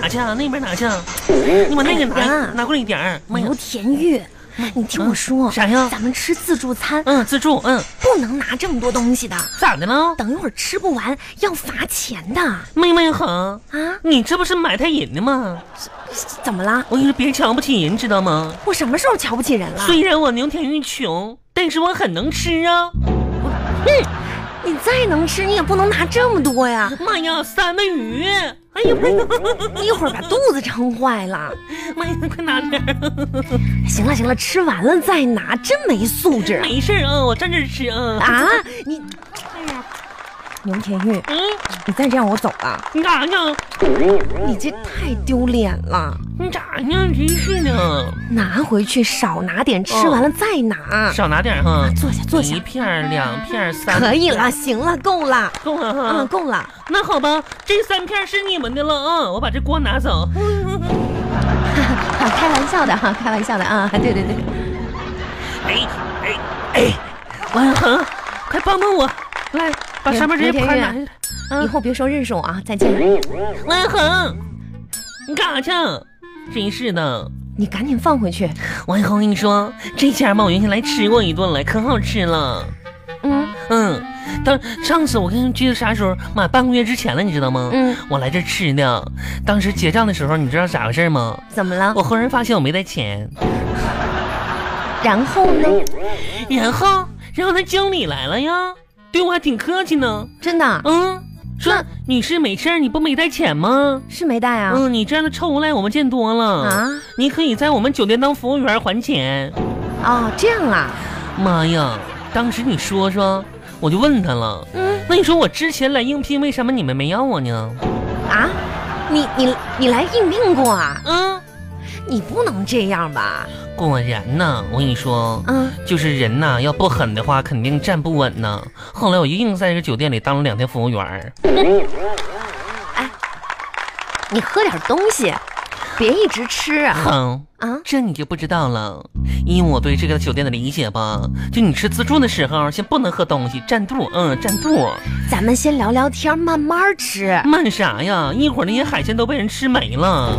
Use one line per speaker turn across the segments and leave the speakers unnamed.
拿去啊？那边拿去啊？你把那个拿
哎呀
拿过来一点儿。妈呀
牛，田玉，哎你听我说，
嗯啥呀
咱们吃自助餐
嗯，自助，嗯，
不能拿这么多东西的，
咋的了？
等一会儿吃不完要罚钱的啊！
妹妹好，你这不是埋汰人呢吗？
怎么啦？
我跟你说，别瞧不起人，知道吗？
我什么时候瞧不起人了？
虽然我牛田玉穷，但是我很能吃啊！
你再能吃，你也不能拿这么多呀！
妈呀，三文鱼！哎呀妈
嗯
呀，
一会儿把肚子撑坏了。
妈呀，快拿点儿！
行了行了，吃完了再拿，真没素质
没事儿啊，我站这儿吃啊。
啊！你，牛田玉，
嗯，
你再这样我走了，
你干啥呢？
你这太丢脸了！
你咋呢？真是的，
拿回去少拿点，吃
哦
完了再拿。
少拿点儿哈。
坐下啊坐下
一，片儿、两片儿、三片儿
可以了，，行了，够了，
够了哈。
嗯，够了。
那好吧，这三片儿是你们的了啊，我把这锅拿走。
啊，开玩笑的哈，开玩笑的啊，对对对，
哎哎哎，王恒，快帮帮我，来把上面这
刘
盘
刘
拿下
田玉
来。嗯
以后别说认识我啊，再见。
王恒，你干啥去？真是的，
你赶紧放回去。
王一恒，我跟你说，这家嘛，我原先来吃过一顿了，可好吃了。
嗯
嗯，当上次我跟记得啥时候？妈，半个月之前了，你知道吗？
嗯，
我来这吃的，当时结账的时候，你知道咋回事吗？
怎么了？
我忽然发现我没带钱，
然后呢？
然后，然后那经理来了呀，对我还挺客气呢。
真的
嗯，说
那
女士没事儿，你不没带钱吗？
是没带啊？
嗯，你这样的臭无赖我们见多了
啊
你可以在我们酒店当服务员还钱。
哦，这样啦。
妈呀，当时你说说，我就问他了。
嗯
那你说我之前来应聘，为什么你们没要我呢？
啊，你你你来应聘过啊？
嗯，
你不能这样吧？
果然呐，我跟你说，
嗯，
就是人呐，要不狠的话，肯定站不稳呐。后来我就硬在这酒店里当了两天服务员儿。
你喝点东西，别一直吃啊。
哼。
啊，
这你就不知道了。以我对这个酒店的理解吧，就你吃自助的时候，先不能喝东西，占肚，嗯，占肚。
咱们先聊聊天，慢慢吃。
慢啥呀？一会儿那些海鲜都被人吃没了。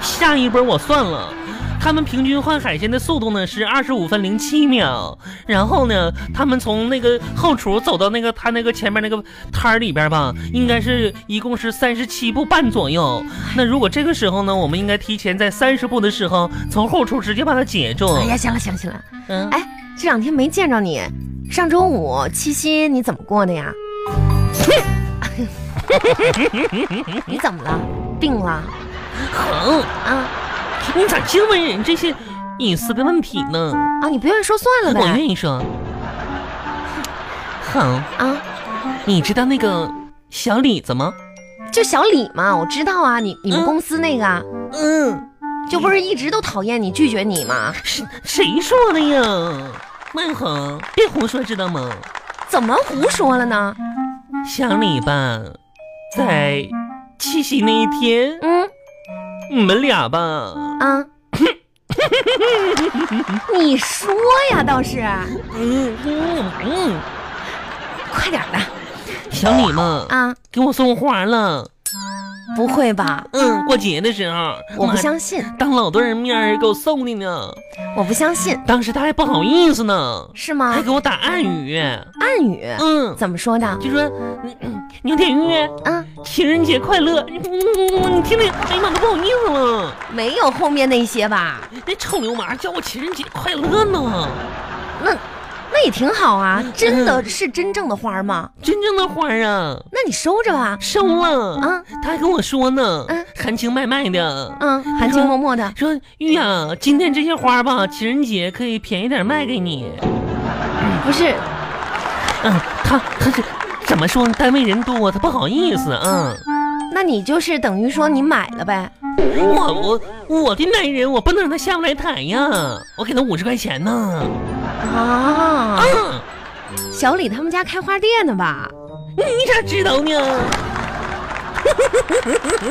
下一波我算了，他们平均换海鲜的速度呢是二十五分零七秒。然后呢，他们从那个后厨走到那个他那个前面那个摊儿里边吧，应该是一共是三十七步半左右。那如果这个时候呢，我们应该提前在三十步的时候从后厨直接把它解住。
哎呀，行了行了行了，
嗯，
哎，这两天没见着你，上周五七夕你怎么过的呀？你怎么了？病了
好，
啊？
你咋净问人这些隐私的问题呢？
啊，你不愿意说算了
我
呗？
愿意说。好，
啊，
你知道那个小李子吗？
就小李嘛，我知道啊，你你们
嗯
公司那个啊，
嗯，
就不是一直都讨厌你、拒绝你吗？
是谁说的呀？曼恒，别胡说，知道吗？
怎么胡说了呢？
小李吧，在七夕那一天，
嗯
你们俩吧，
啊，你说呀，倒是
嗯嗯嗯，
快点儿的
小李嘛，
啊！
给我送花了。
不会吧？
嗯，过节的时候，
我不
妈
相信，
当老多人面儿给我送的呢。
我不相信，
当时他还不好意思呢，
是吗
还？给我打暗语，
暗语
嗯，
怎么说的？
就说嗯嗯牛田玉，
啊，
情人节快乐，嗯你听听，哎呀妈，都不好意思了，
没有后面那些吧？
那臭流氓叫我情人节快乐呢，
那那也挺好啊，真的是真正的花吗？
真正的花啊，
那你收着吧。
收了
啊，
他还跟我说呢
嗯，
含情脉脉的，
嗯，含情脉脉的，
说玉呀，今天这些花吧，情人节可以便宜点卖给你，
不是
嗯，他他是怎么说呢？单位人多，他不好意思啊。嗯
那你就是等于说你买了呗？
我我我的男人，我不能让他下不来台呀！我给他五十块钱呢。
啊，
嗯，
小李他们家开花店呢吧？
你咋知道呢？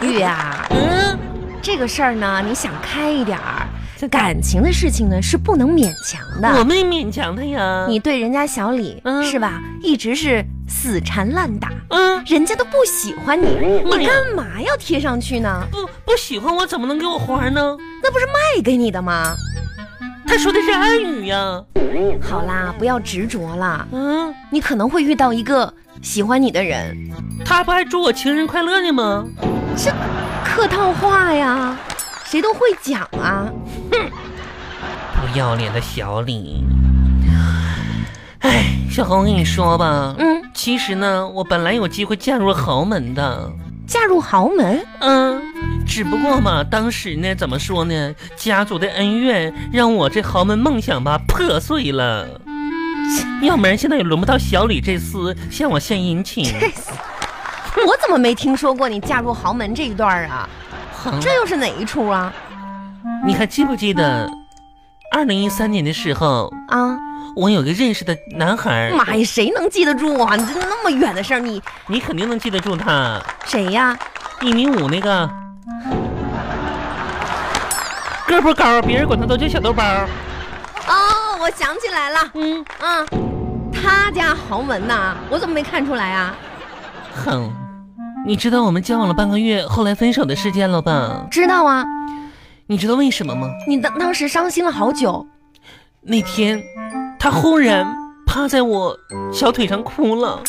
玉呀、
嗯，
啊这个事儿呢，你想开一点儿，
这
感情的嗯事情呢是不能勉强
我
的。
没勉强他呀。
啊你对人家小李、
嗯
是吧，一直是死缠烂打，
嗯，
人家都不喜欢你，
妈
你
呀
干嘛要贴上去呢？
不不喜欢我怎么能给我花呢？
那不是卖给你的吗？
他说的是暗语呀。
好啦，不要执着了，
嗯，
你可能会遇到一个喜欢你的人，
他不还祝我情人快乐呢吗？
这客套话呀，谁都会讲啊。
不要脸的小李。哎，小红，我跟你说吧，
嗯，
其实呢，我本来有机会嫁入豪门的，
嫁入豪门，
嗯，只不过嘛，当时呢，怎么说呢，家族的恩怨让我这豪门梦想吧破碎了，要不然现在也轮不到小李这厮向我献殷
嗯
勤。
我怎么没听说过你嫁入豪门这一段啊？
哼
这又是哪一出啊？
你还记不记得，二零一三年的时候，
啊，
我有个认识的男孩，
妈呀，谁能记得住啊？你这那么远的事儿，你
你肯定能记得住他，
谁呀？
一米五那个，个儿不高，别人管他都叫小豆包。
哦，我想起来了，
嗯，
啊，他家豪门呐、我怎么没看出来啊？
哼，你知道我们交往了半个月，后来分手的事件了吧？
知道啊，
你知道为什么吗？
你当当时伤心了好久，
那天，他忽然趴在我小腿上哭了，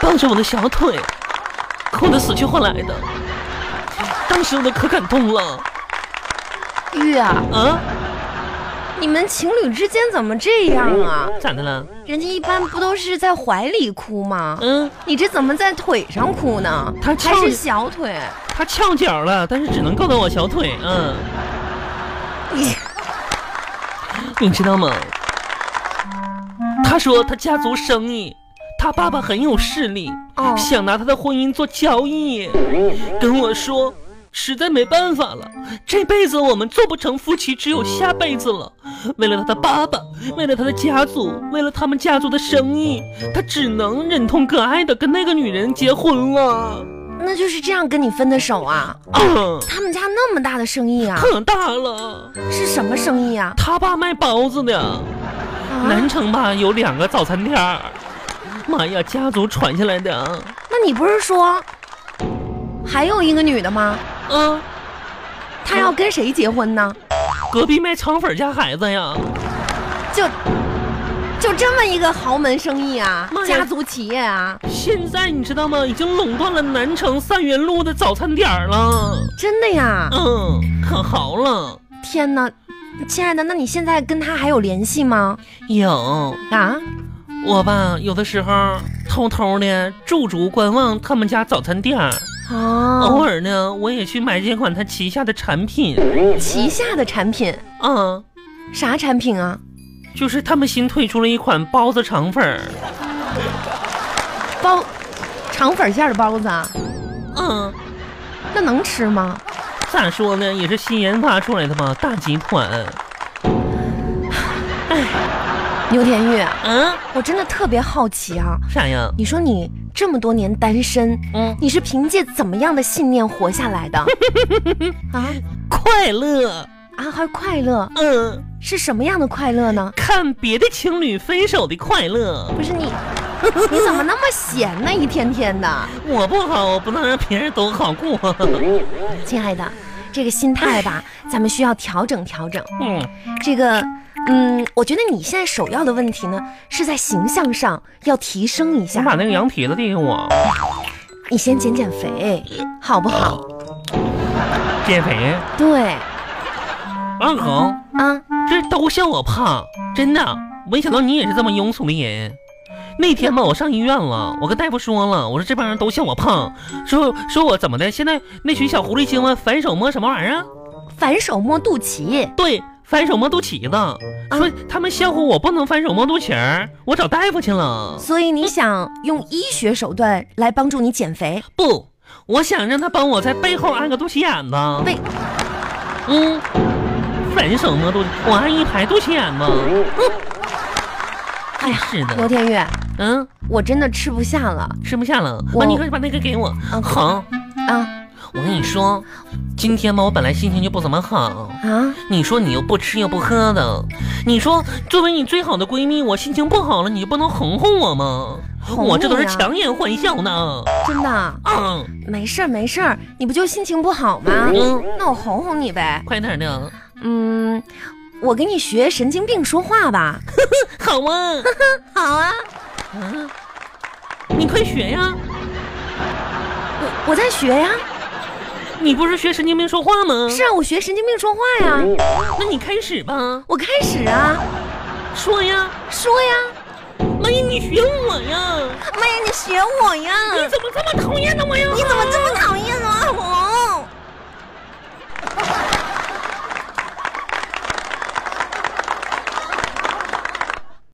抱着我的小腿，哭得死去活来的。当时我都可感动了
月儿，
啊！
哎你们情侣之间怎么这样啊？
咋的了？
人家一般不都是在怀里哭吗？
嗯，
你这怎么在腿上哭呢？
他
还
翘着
是小腿？
他翘脚了，但是只能够到我小腿。嗯，
你
你知道吗？他说他家族生意，他爸爸很有势力，
哦
想拿他的婚姻做交易，跟我说。实在没办法了，这辈子我们做不成夫妻，只有下辈子了。为了他的爸爸，为了他的家族，为了他们家族的生意，他只能忍痛割爱的跟那个女人结婚了。
那就是这样跟你分的手啊？
啊，
他们家那么大的生意啊，
可大了，
是什么生意啊？
他爸卖包子的。
啊
南城吧有两个早餐店儿，妈呀，家族传下来的啊！
那你不是说还有一个女的吗？
啊，
她要跟谁结婚呢？
隔壁卖肠粉家孩子呀，
就就这么一个豪门生意啊
妈，呀
家族企业啊，
现在你知道吗？已经垄断了南城三元路的早餐点儿了。
真的呀！
嗯，可豪了。
天哪，亲爱的，那你现在跟她还有联系吗？
有
啊，
我吧，有的时候偷偷的驻足观望他们家早餐店儿，偶
哦，
尔呢，我也去买几款他旗下的产品。
旗下的产品
啊，
啥产品啊？
就是他们新推出了一款包子肠粉儿。
包肠粉馅儿的包子啊，
嗯。
那能吃吗？
咋说呢，也是新研发出来的嘛，大集团。
牛田玉，
嗯，
我真的特别好奇啊，
啥呀？
你说你这么多年单身，
嗯，
你是凭借怎么样的信念活下来的？啊
快乐。
啊，还快乐
嗯，
是什么样的快乐呢？
看别的情侣分手的快乐，
不是你，你怎么那么闲呢？一天天的，
我不好，我不能让别人都好过。
亲爱的，这个心态吧，咱们需要调整调整。
嗯，
这个，嗯，我觉得你现在首要的问题呢，是在形象上要提升一
你
下
把。那个羊蹄子递给我，
你先减减肥，好不好？
减肥。
对，
二狗，
啊，
这都笑我胖，真的，没想到你也是这么庸俗的人。那天吧，我上医院了，我跟大夫说了，我说这帮人都笑我胖，说说我怎么的，现在那群小狐狸精们反手摸什么玩意儿啊？
反手摸肚脐，
对，反手摸肚脐
啊
子，说他们笑话我不能反手摸肚脐儿，我找大夫去了。
所以你想用医学手段来帮助你减肥？
不，我想让他帮我在背后按个肚脐眼子。
背，
嗯，反手摸肚，我按一排肚脐眼子。
哎
真
呀
是
刘
的，
天宇，
嗯，
我真的吃不下了
吃不下了，啊
我
妈，你快把那个给我。
嗯
好，
啊！
我跟你说，今天吧，我本来心情就不怎么好。
啊，
你说你又不吃又不喝的，你说作为你最好的闺蜜，我心情不好了，你就不能哄哄我吗？
哄
我这都
你
是
呀
强颜欢笑呢。
真的，
啊，
没事儿没事儿，你不就心情不好吗？
嗯
那我哄哄你呗。
快点的，
嗯，我给你学神经病说话吧。
好啊，
好啊，
啊，你快学呀！
我我在学呀。
你不是学神经病说话吗？
是啊，我学神经病说话呀。
那你开始吧，
我开始啊，
说呀！
说呀，
妈呀，你学我呀！
哎妈呀，你学我呀！嗯
你怎么这么讨厌呢我呀？
你怎么这么讨厌